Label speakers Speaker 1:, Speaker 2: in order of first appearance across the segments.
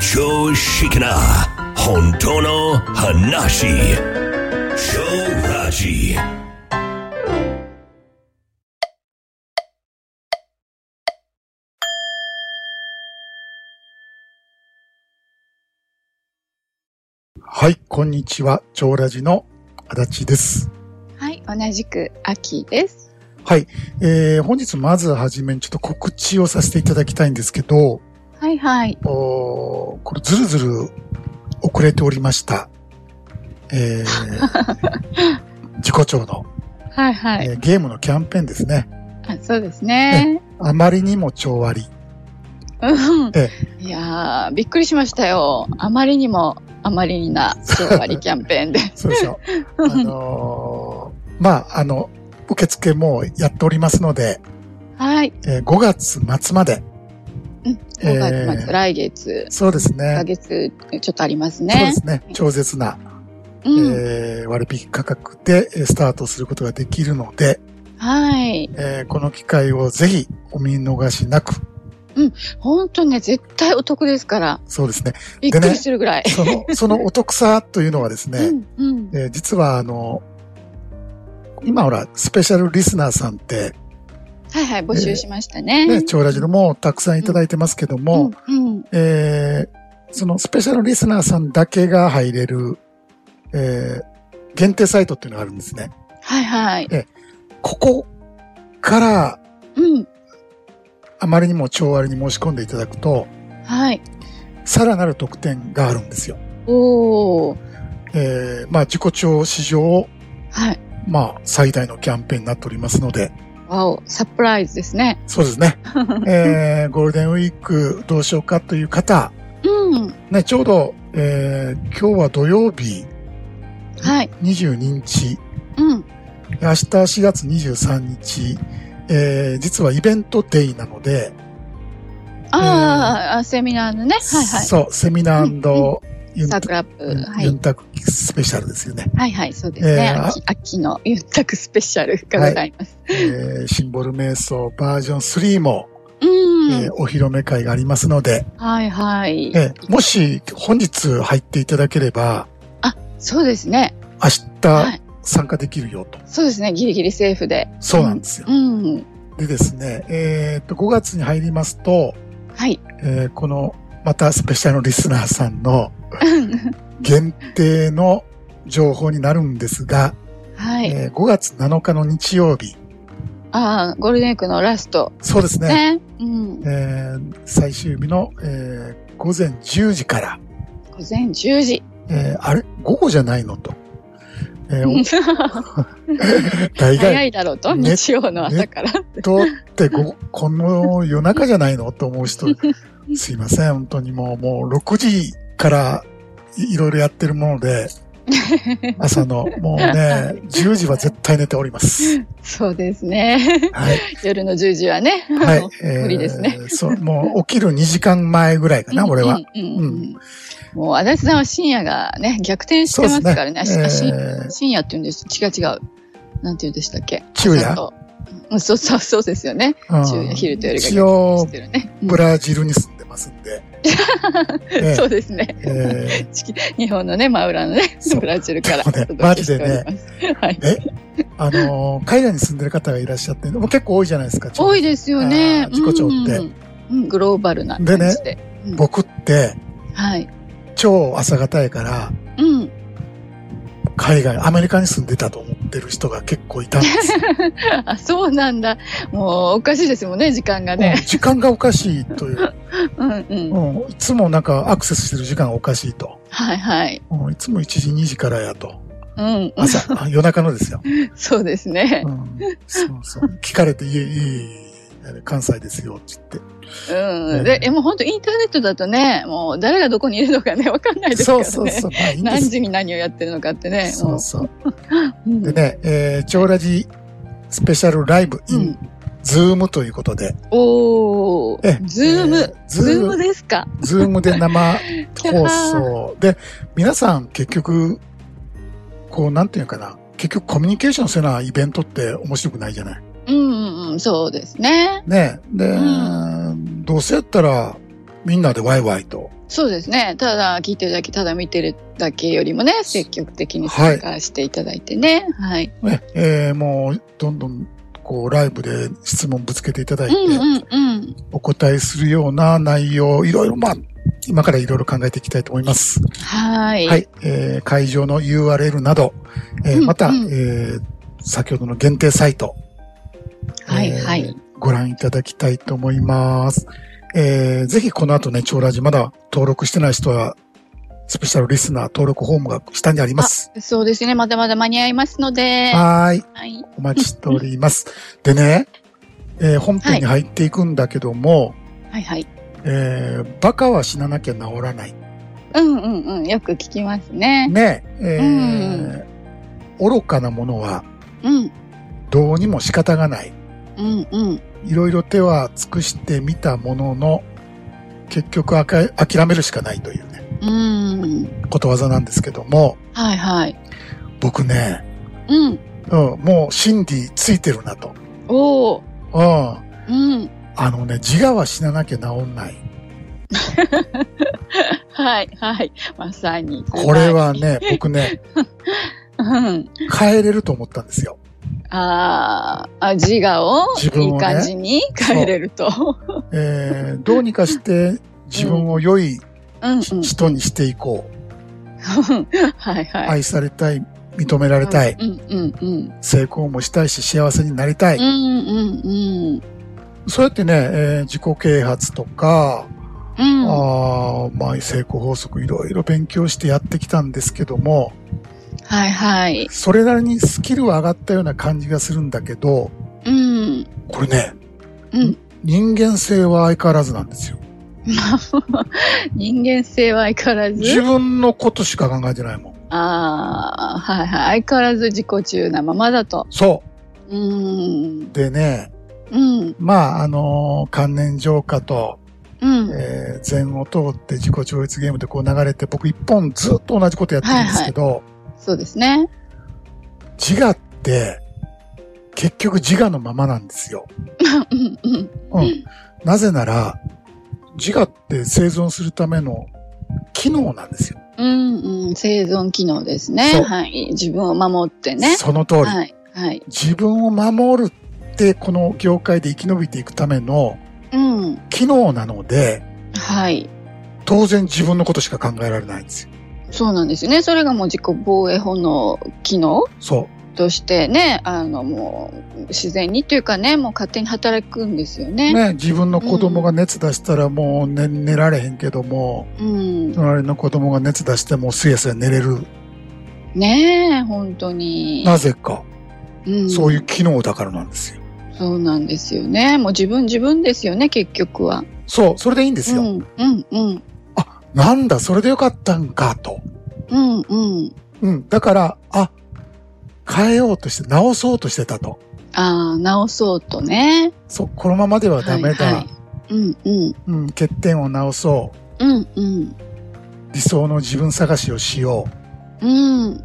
Speaker 1: 常識な本当の話超ラジ
Speaker 2: はい、こんにちは。超ラジの足立です。
Speaker 3: はい、同じく秋です。
Speaker 2: はい、えー、本日まずはじめにちょっと告知をさせていただきたいんですけど、
Speaker 3: はいはい。
Speaker 2: おーこれずるずる遅れておりました。えー、 自己調の、
Speaker 3: はいはい。
Speaker 2: えーゲームのキャンペーンですね。
Speaker 3: あそうで すね。
Speaker 2: あまりにも超割り。
Speaker 3: うん
Speaker 2: え
Speaker 3: いやー、びっくりしましたよ。あまりにも、あまりにな、超割キャンペ ーンで。
Speaker 2: そうです よ。あのーまあ、あの、受付もやっておりますので、
Speaker 3: はい。
Speaker 2: えー5月末まで。
Speaker 3: うん、
Speaker 2: えー
Speaker 3: 5月末、来月、
Speaker 2: そうです
Speaker 3: 1
Speaker 2: ね
Speaker 3: ヶ。月ちょっとあります
Speaker 2: そうで
Speaker 3: ね。
Speaker 2: すね。超絶な
Speaker 3: うん、
Speaker 2: えー割引価格でえースタートすることができるので、
Speaker 3: はい。
Speaker 2: えーこの機会をぜひお見逃しなく、
Speaker 3: ほんとね、絶対お得ですから。
Speaker 2: そうですね。
Speaker 3: びっくりするぐらい。
Speaker 2: そ の、そのお得さというのはですね、
Speaker 3: うん、うん。
Speaker 2: えー実はあの、今ほら、スペシャルリスナーさんって、
Speaker 3: はいはい、募集しましたね。
Speaker 2: ね、超ラジのもたくさんいただいてますけども、
Speaker 3: うん、うん。
Speaker 2: えーそのスペシャルリスナーさんだけが入れる、えー限定サイトっていうのがあるんですね。
Speaker 3: はいはい。
Speaker 2: ここから、
Speaker 3: うん。
Speaker 2: あまりにも超割に申し込んでいただくと、
Speaker 3: はい。
Speaker 2: さらなる特典があるんですよ。
Speaker 3: おー。
Speaker 2: えー、まあ、自己調史上、
Speaker 3: はい。
Speaker 2: まあ、最大のキャンペーンになっておりますので、
Speaker 3: わお、サプライズですね。
Speaker 2: そうです ね。えー、ゴールデンウィークどうしようかという方、
Speaker 3: うん。
Speaker 2: ね、ちょうど、えー、今日は土曜日
Speaker 3: はい。
Speaker 2: 22日、
Speaker 3: うん。
Speaker 2: 明日4月23日、えー、実はイベントデイなので、
Speaker 3: あーあ、セミナーのね。はいはい。
Speaker 2: そう、セミナーユン
Speaker 3: サ
Speaker 2: タ
Speaker 3: ークルアップ。は
Speaker 2: ユ
Speaker 3: い
Speaker 2: ン。タクスペシャルですよね。
Speaker 3: はいはい、そうですね。
Speaker 2: えー
Speaker 3: 秋秋のゆったくスペシャルがございます。
Speaker 2: えー、シンボル瞑想バージョン3も、
Speaker 3: うん、
Speaker 2: えーお披露目会がありますので、
Speaker 3: はいはい。
Speaker 2: えーもし本日入っていただければ、
Speaker 3: そうですね。
Speaker 2: 明
Speaker 3: は
Speaker 2: 日
Speaker 3: い。
Speaker 2: 参加できるよと。
Speaker 3: そうですね。ギリギリセーフで。
Speaker 2: そうなんですよ。
Speaker 3: うん。
Speaker 2: でですね、えーっと、5月に入りますと、
Speaker 3: はい。
Speaker 2: えーこの、またスペシャルリスナーさん の限定の情報になるんですが、
Speaker 3: はい。
Speaker 2: えー5月7日の日曜日、
Speaker 3: ああ、ゴールデンウィークのラスト。
Speaker 2: そうですね、
Speaker 3: ね。うん。午
Speaker 2: えー最終日の、えー午前10時から、
Speaker 3: 前10時。
Speaker 2: えーあれ午後じゃないのと。えーお 大概
Speaker 3: 早いだろうと、
Speaker 2: ね
Speaker 3: 日曜の朝から。
Speaker 2: どうってこ、この夜中じゃないのと思う人、すいません、本当にもう、もう6時からいいろいろやってるもの で、朝の、もうね、10時は絶対寝ております。
Speaker 3: そうですね。
Speaker 2: はい。
Speaker 3: 夜の10時はね。
Speaker 2: はい
Speaker 3: もう。
Speaker 2: えー
Speaker 3: 無理ですね。
Speaker 2: そう、もう起きる2時間前ぐらいかな、俺は。。
Speaker 3: うんうんうんもう、足立さんは深夜がね、逆転してますからね。
Speaker 2: そうですね
Speaker 3: あ
Speaker 2: えー
Speaker 3: し深夜って言うんです。違う違う。なんて言うんでしたっけ
Speaker 2: 昼夜
Speaker 3: 朝とうん、そうそう、そうですよね。
Speaker 2: うん
Speaker 3: 昼夜昼と夜が
Speaker 2: 一
Speaker 3: 逆転
Speaker 2: 応
Speaker 3: し、てるね。
Speaker 2: ブラジルに住んでますん で。ええ
Speaker 3: そうですね。
Speaker 2: え
Speaker 3: 地球日本のね、真裏のね
Speaker 2: そう、
Speaker 3: ブラジルから。
Speaker 2: でもねマジでね。
Speaker 3: はい。
Speaker 2: ーあのー海外に住んでる方がいらっしゃって、もう結構多いじゃないですか。
Speaker 3: 多いですよ
Speaker 2: あ。
Speaker 3: ね
Speaker 2: ー自己調って
Speaker 3: うんうんうんグローバルな感じで。うん
Speaker 2: 僕って、
Speaker 3: はい。
Speaker 2: 超朝方やから、
Speaker 3: うん。
Speaker 2: 海外、アメリカに住んでたと思ってる人が結構いたんです よ。
Speaker 3: あ、そうなんだ。もう、おかしいですもんね、時間が
Speaker 2: うん
Speaker 3: ね。
Speaker 2: 時間がおかしいという、
Speaker 3: うんうん。
Speaker 2: うん、いつもなんかアクセスしてる時間がおかしいと、
Speaker 3: はいはい。
Speaker 2: うん、いつも1時2時からやと
Speaker 3: うん。
Speaker 2: 朝あ夜中のですよ、
Speaker 3: そうですね
Speaker 2: う。ん、そうそう聞かれて「いえいえいえいえ関西ですよ」って言っ
Speaker 3: うん。で、えもう本当インターネットだとね、もう誰がどこにいるのかね、わかんない
Speaker 2: て
Speaker 3: ですから
Speaker 2: そう
Speaker 3: ね。
Speaker 2: そうそうまあいいんで
Speaker 3: 何
Speaker 2: す
Speaker 3: 時に何をやってるのかってね。
Speaker 2: そう
Speaker 3: そ
Speaker 2: そう
Speaker 3: うん。
Speaker 2: でねえー「超ラジスペシャルライブ
Speaker 3: う
Speaker 2: in
Speaker 3: ん。
Speaker 2: ズーム」ということで
Speaker 3: お
Speaker 2: え
Speaker 3: ー。ズー
Speaker 2: え
Speaker 3: ム
Speaker 2: ー。ズ
Speaker 3: ズ
Speaker 2: ーム
Speaker 3: ームですか。
Speaker 2: ズームで生放 送で、皆さん結局、こう、なんていうのかな、結局コミュニケーションせなイベントって面白くないじゃない。
Speaker 3: うんうんうん。そうですね。
Speaker 2: ねで、
Speaker 3: う
Speaker 2: どうせやったら、みんなでワイワイと。
Speaker 3: そうですね。ただ聞いてるだけ、ただ見てるだけよりもね、積極的に参加していただいてね。はい。
Speaker 2: ねえーもう、どんどん、こう、ライブで質問ぶつけていただいて、
Speaker 3: うんうんうん。
Speaker 2: お答えするような内容、いろいろ、まあ、今からいろいろ考えていきたいと思います。
Speaker 3: はい。
Speaker 2: はい。えー会場の URL など、えー
Speaker 3: うん
Speaker 2: また、
Speaker 3: うん
Speaker 2: えー先ほどの限定サイト、
Speaker 3: はい
Speaker 2: えー
Speaker 3: はい
Speaker 2: ご覧いただきたいと思います。えーぜひこの後ね、超ラジまだ登録してない人は、スペシャルリスナー登録フォームが下にあります。
Speaker 3: そうですね。まだまだ間に合いますので。
Speaker 2: はーい。
Speaker 3: はい。
Speaker 2: お待ちしており ます。でね、えー本編に入っていくんだけども、
Speaker 3: はいはい。
Speaker 2: えーバカは死ななきゃ治らない。
Speaker 3: うんうんうん。よく聞きますね。
Speaker 2: ね、えー愚かなものは
Speaker 3: うん。
Speaker 2: どうにも仕方がない。
Speaker 3: うんうん。
Speaker 2: いろいろ手は尽くしてみたものの、結局あか諦めるしかないというね、
Speaker 3: うん。
Speaker 2: ことわざなんですけども、
Speaker 3: はいはい。
Speaker 2: 僕ね、
Speaker 3: うん。
Speaker 2: うん、もう真理ついてるなと。
Speaker 3: おー。
Speaker 2: うん。
Speaker 3: うん。
Speaker 2: あのね、自我は死ななきゃ治んない。
Speaker 3: はいはい。まさに。
Speaker 2: これ。は ね、僕ね、
Speaker 3: うん。
Speaker 2: 変えれると思ったんですよ。
Speaker 3: あーあ、自我を
Speaker 2: 自分をね
Speaker 3: いい感じに変えれると。
Speaker 2: えーどうにかして自分を良い
Speaker 3: うんうん。
Speaker 2: 人にしていこう。
Speaker 3: はいはい。
Speaker 2: 愛されたい、認められたい、
Speaker 3: うんうんうん。
Speaker 2: 成功もしたいし幸せになりたい。
Speaker 3: うんうんうん。
Speaker 2: そうやってね、えー自己啓発とか、
Speaker 3: うん。
Speaker 2: あ
Speaker 3: は
Speaker 2: ーまあ、成功法則いろいろ勉強してやってきたんですけども、
Speaker 3: いはい。
Speaker 2: それなりにスキルは上がったような感じがするんだけど、
Speaker 3: うん。
Speaker 2: これね、
Speaker 3: うん
Speaker 2: 人間性は相変わらずなんですよ。
Speaker 3: 人間性は相変わらず。
Speaker 2: 自分のことしか考えてないもん。
Speaker 3: ああ、はいはい。相変わらず自己中なままだと。
Speaker 2: そう
Speaker 3: ーん
Speaker 2: う。。でね、
Speaker 3: うん。
Speaker 2: まあ、あのー観念浄化と、
Speaker 3: うん。はい
Speaker 2: えー禅を通って自己超越ゲームでこう流れて、僕一本ずっと同じことやってるんですけど、
Speaker 3: そうですね。
Speaker 2: 自我って、結局自我のままなんですよ。
Speaker 3: うんうん。
Speaker 2: うん。なぜなら、自我って生存するための機能なんですよ。
Speaker 3: うんうん。生存機能です
Speaker 2: そ
Speaker 3: ね。
Speaker 2: う
Speaker 3: はい。自分を守ってね。
Speaker 2: その通り。
Speaker 3: はい。はい。
Speaker 2: 自分を守るって、この業界で生き延びていくための
Speaker 3: うん。
Speaker 2: 機能なので、
Speaker 3: はい。
Speaker 2: 当然自分のことしか考えられないんですよ。
Speaker 3: そうなんですよね。それがもう自己防衛本能機能
Speaker 2: そう。
Speaker 3: としてね、あのもう自然にというかね、もう勝手に働くんですよね。
Speaker 2: ね、自分の子供が熱出したらもう寝寝られへんけども、
Speaker 3: うん。
Speaker 2: 隣の子供が熱出してもすやすや寝れる。
Speaker 3: ねえ、本当に。
Speaker 2: なぜか。
Speaker 3: うん、
Speaker 2: そういう機能だからなんですよ。
Speaker 3: そうなんですよね。もう自分自分ですよね、結局は。
Speaker 2: そう、それでいいんで
Speaker 3: う
Speaker 2: すよ。
Speaker 3: ん、うん、うん、
Speaker 2: なんだ、それでよかったんか、と。
Speaker 3: うん、うん。
Speaker 2: うん。だから、あ、変えようとして、直そうとしてたと。
Speaker 3: ああ、直そうとね。
Speaker 2: そう、このままではダメだ。
Speaker 3: はいはいうん、うん、
Speaker 2: うん、欠点を直そう。
Speaker 3: うん、うん、
Speaker 2: 理想の自分探しをしよう。
Speaker 3: うん。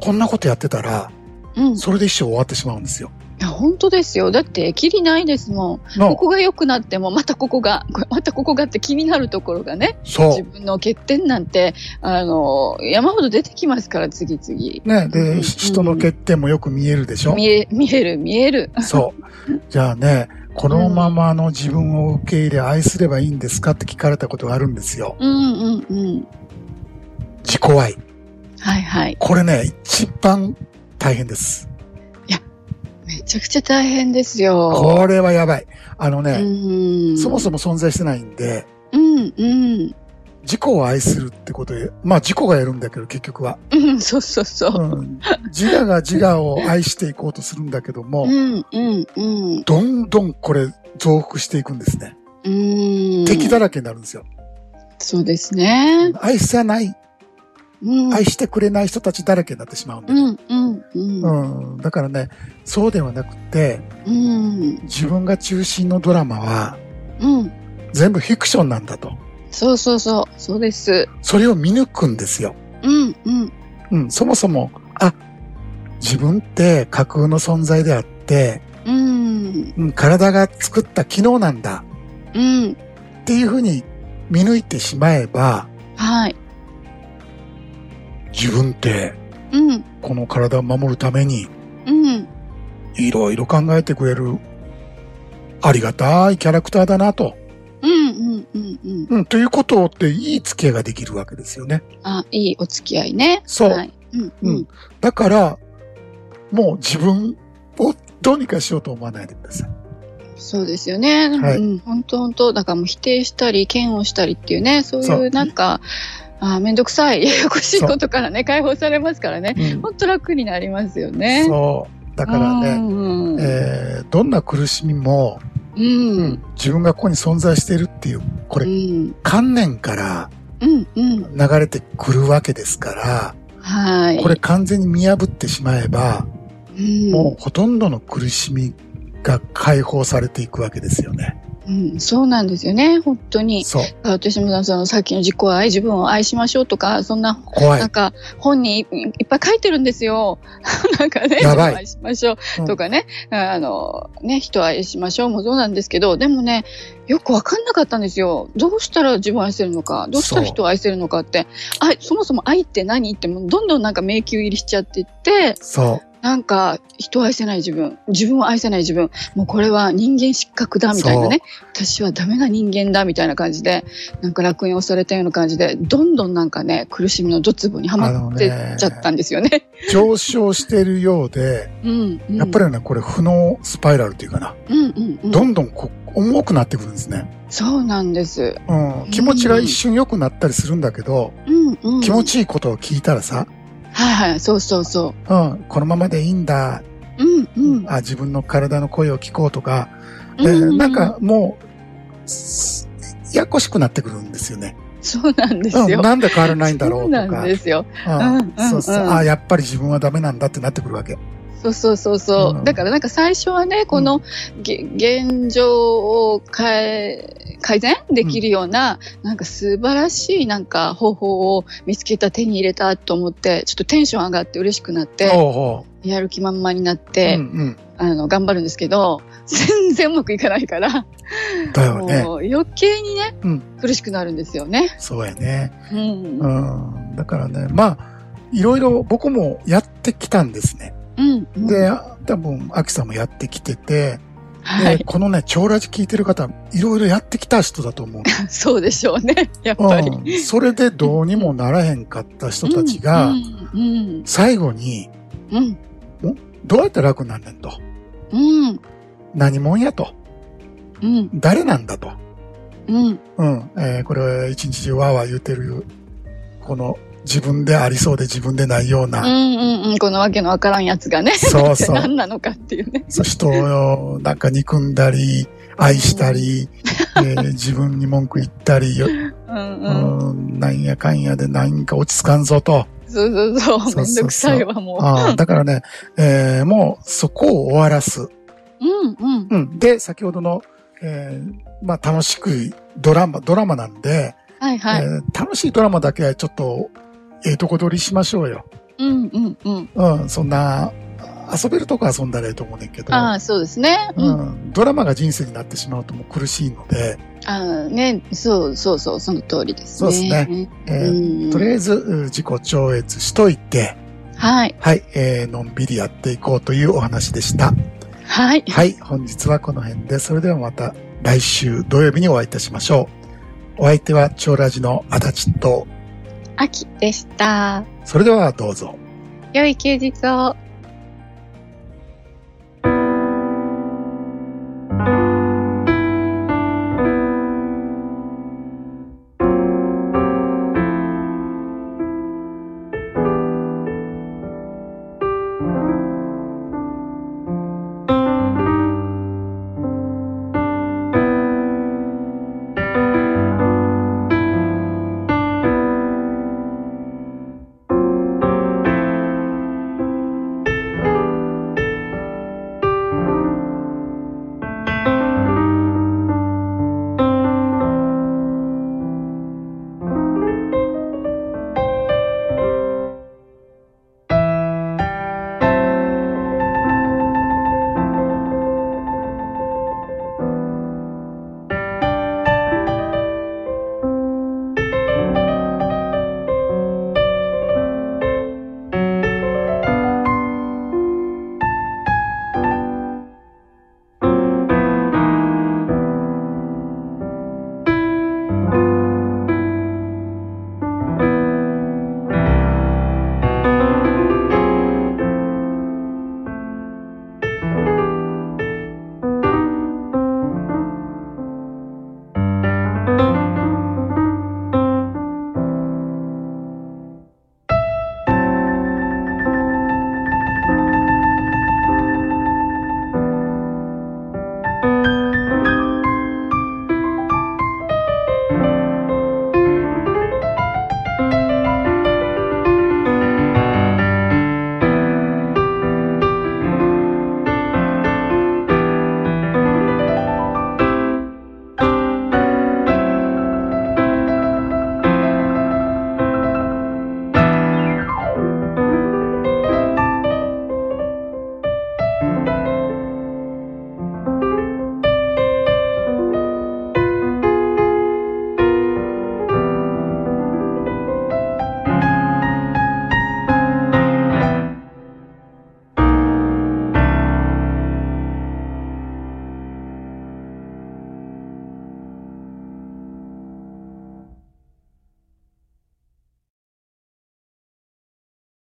Speaker 2: こんなことやってたら、
Speaker 3: うん、い
Speaker 2: それで一生終わってしまうんですよ。
Speaker 3: や本当ですよ。だって、きりないですもん。こ
Speaker 2: の、
Speaker 3: こが良くなっても、またここが、こまたここがって気になるところがね、
Speaker 2: そ
Speaker 3: 自分の欠点なんて、あの、山ほど出てきますから、次
Speaker 2: う。ね、
Speaker 3: うん
Speaker 2: で、ひ人の欠点もよく見えるでしょ
Speaker 3: 々。見え、見える、見える。
Speaker 2: そう。じゃあね、このままの自分を受け入れ愛すればいいんですかって聞かれたことがあるんですよ。
Speaker 3: うん、うん、うん。
Speaker 2: 自己愛。
Speaker 3: はい、はい。
Speaker 2: これね、一番大変です。
Speaker 3: めちゃくちゃ大変ですよ。
Speaker 2: これはやばい。あのね、
Speaker 3: うん。
Speaker 2: そもそも存在してないんで、
Speaker 3: うんうん。
Speaker 2: 自己を愛するってことで、まあ自己がやるんだけど結局は。
Speaker 3: うん、 そうそうそう。
Speaker 2: うん、自我が自我を愛していこうとするんだけども、
Speaker 3: うんうんうん。
Speaker 2: どんどんこれ増幅していくんですね。
Speaker 3: うん。
Speaker 2: 敵だらけになるんですよ。
Speaker 3: そうですね。
Speaker 2: 愛さない、
Speaker 3: うん。
Speaker 2: 愛してくれない人たちだらけになってしまうんで。
Speaker 3: うんうんうん。
Speaker 2: うん、だからね、そうではなくて、
Speaker 3: うん。
Speaker 2: 自分が中心のドラマは
Speaker 3: うん。
Speaker 2: 全部フィクションなんだと。
Speaker 3: そうそうそう。そうです。
Speaker 2: それを見抜くんですよ。
Speaker 3: うんうん。
Speaker 2: うん、そもそも、あ、自分って架空の存在であって、
Speaker 3: うん。
Speaker 2: うん、体が作った機能なんだ
Speaker 3: うん。
Speaker 2: っていうふうに見抜いてしまえば、
Speaker 3: はい。
Speaker 2: 自分って
Speaker 3: うん。
Speaker 2: この体を守るために
Speaker 3: うん。
Speaker 2: いろいろ考えてくれるありがたいキャラクターだなと。
Speaker 3: うんうんうんうん。
Speaker 2: うん、ということっていい付き合いができるわけですよね。
Speaker 3: あ、いいお付き合いね。
Speaker 2: そう
Speaker 3: はい。うんう
Speaker 2: うん
Speaker 3: ん。。
Speaker 2: だから、もう自分をどうにかしようと思わないでください。
Speaker 3: そうですよね。
Speaker 2: はい
Speaker 3: うん。本当本当だからもう否定したり、嫌悪したりっていうね、そう
Speaker 2: そ
Speaker 3: いううなんか、あーめんどくさい、ややこしいことからね、解放されますからね。
Speaker 2: うん
Speaker 3: 本当楽になりますよね。
Speaker 2: そう。だから
Speaker 3: う
Speaker 2: ね、
Speaker 3: んうん
Speaker 2: えーどんな苦しみも、
Speaker 3: うん。
Speaker 2: 自分がここに存在しているっていう、こ
Speaker 3: う
Speaker 2: れ、
Speaker 3: ん。
Speaker 2: 観念から
Speaker 3: うん。うん。
Speaker 2: 流れてくるわけですから、
Speaker 3: はい。
Speaker 2: これ完全に見破ってしまえば、
Speaker 3: うん、
Speaker 2: もうほとんどの苦しみが解放されていくわけですよね。
Speaker 3: うん、そうなんですよね。本当に。
Speaker 2: そう。
Speaker 3: 私もそのさっきの自己愛、自分を愛しましょうとか、そんな、
Speaker 2: 怖い
Speaker 3: なん。か本にいっぱい書いてるんですよ。 なんかね、
Speaker 2: やばい
Speaker 3: 人を愛しましょ
Speaker 2: うん
Speaker 3: うとかね、あの、ね、人を愛しましょうもそうなんですけど、でもね、よくわかんなかったんですよ。どうしたら自分を愛せるのか、どうしたら人を愛せるのかって、あそもそも愛って何って、もうどんどんなんか迷宮入りしちゃっていって、
Speaker 2: そ
Speaker 3: なんか、人を愛せない自分、自分を愛せない自分、もうこれは人間失格だみたいなね、私はダメな人間だみたいな感じで、なんか楽園をされたような感じで、どんどんなんかね、苦しみのドツボにはまってっちゃったんですよね。
Speaker 2: う。上昇している ようで、
Speaker 3: うん、うん。
Speaker 2: やっぱりね、これ、負のスパイラルというかな。
Speaker 3: り、うんうんうん
Speaker 2: どんどんこう重くなってくるんですね。
Speaker 3: そうなんです。
Speaker 2: うん。気持ちが一瞬良くなったりするんだけど、
Speaker 3: うんうん。
Speaker 2: 気持ちいいことを聞いたらさ、
Speaker 3: はいはい、そうそうそ
Speaker 2: うん、このままでいいんだ、
Speaker 3: う。うんうん。
Speaker 2: あ、自分の体の声を聞こうとか、え
Speaker 3: うう
Speaker 2: ーなんか、もう、すややこしくなってくるんですよね。
Speaker 3: そうなんです
Speaker 2: うん、
Speaker 3: よ。
Speaker 2: なんで変わらないんだろうと
Speaker 3: そう
Speaker 2: か。
Speaker 3: なんですよ。
Speaker 2: うん
Speaker 3: うんうん
Speaker 2: そうそう。
Speaker 3: うん
Speaker 2: あ、やっぱり自分はダメなんだってなってくるわけ。
Speaker 3: そうそうそうそう、
Speaker 2: うん
Speaker 3: だからなんか最初はねこの、げ現状を変え改善できるような、なんか素晴らしいなんか方法を見つけた手に入れたと思ってちょっとテンション上がって嬉しくなって
Speaker 2: おうおう
Speaker 3: やる気満々になっ
Speaker 2: う
Speaker 3: て、
Speaker 2: ん
Speaker 3: あの頑張るんですけど 全然うまくいかないから、
Speaker 2: うん。だよね。
Speaker 3: もう余計にね、
Speaker 2: うん
Speaker 3: 苦しくなるんですよね。
Speaker 2: そうやね。
Speaker 3: うん
Speaker 2: う
Speaker 3: うん
Speaker 2: ん。だからね、まあ、いろいろ僕もやってきたんですね。
Speaker 3: うん
Speaker 2: で、多分、アキさんもやってきてて、
Speaker 3: は
Speaker 2: で
Speaker 3: い、
Speaker 2: このね、超ラジ聞いてる方、いろいろやってきた人だと思う。
Speaker 3: そうでしょうねやっぱり。
Speaker 2: うん、それでどうにもならへんかった人たちが、
Speaker 3: うん
Speaker 2: 最後に、
Speaker 3: うんうん
Speaker 2: どうやったら楽になんねんと。
Speaker 3: うん
Speaker 2: 何者やと。
Speaker 3: うん
Speaker 2: 誰なんだと。
Speaker 3: うん
Speaker 2: うん。えーこれ、一日中わーわー言うてる、この、自分でありそうで自分でないよう
Speaker 3: う
Speaker 2: な、
Speaker 3: んうんうん、このわけのわからんやつがね。
Speaker 2: そうそう
Speaker 3: 何 なのかっていうね。
Speaker 2: そう人をなんか憎んだり、愛したり、えー自分に文句言ったり、よ
Speaker 3: うん
Speaker 2: う
Speaker 3: うん。
Speaker 2: んなんやかんやでなんか落ち着かんぞと。
Speaker 3: そうそ
Speaker 2: そう
Speaker 3: うそう。
Speaker 2: そ
Speaker 3: め
Speaker 2: うん
Speaker 3: どくさいわ、も
Speaker 2: あーだからね、えーもうそこを終わらす。
Speaker 3: う。うんうん。
Speaker 2: うん。で、先ほどの、えーまあ楽しくドラマ、ドラマなんで、
Speaker 3: はいはい。
Speaker 2: えー楽しいドラマだけはちょっと、ええとこ取りしましょうよ。
Speaker 3: うんうんうん。
Speaker 2: うん、そんな、遊べるとこ遊んだらいいと思うねんけど、
Speaker 3: ああ、そうですね。う。
Speaker 2: うんん、ドラマが人生になってしまうともう苦しいので、
Speaker 3: ああね、そうそうそう、その通りです
Speaker 2: そ
Speaker 3: ね。
Speaker 2: うです
Speaker 3: ね。
Speaker 2: えーとりあえずう自己超越しといて、
Speaker 3: はい。
Speaker 2: はい、えーのんびりやっていこうというお話でした。
Speaker 3: はい。
Speaker 2: はい、本日はこの辺で、それではまた来週土曜日にお会いいたしましょう。お相手は超ラジの足立と、
Speaker 3: 秋でした。
Speaker 2: それではどうぞ。
Speaker 3: 良い休日を。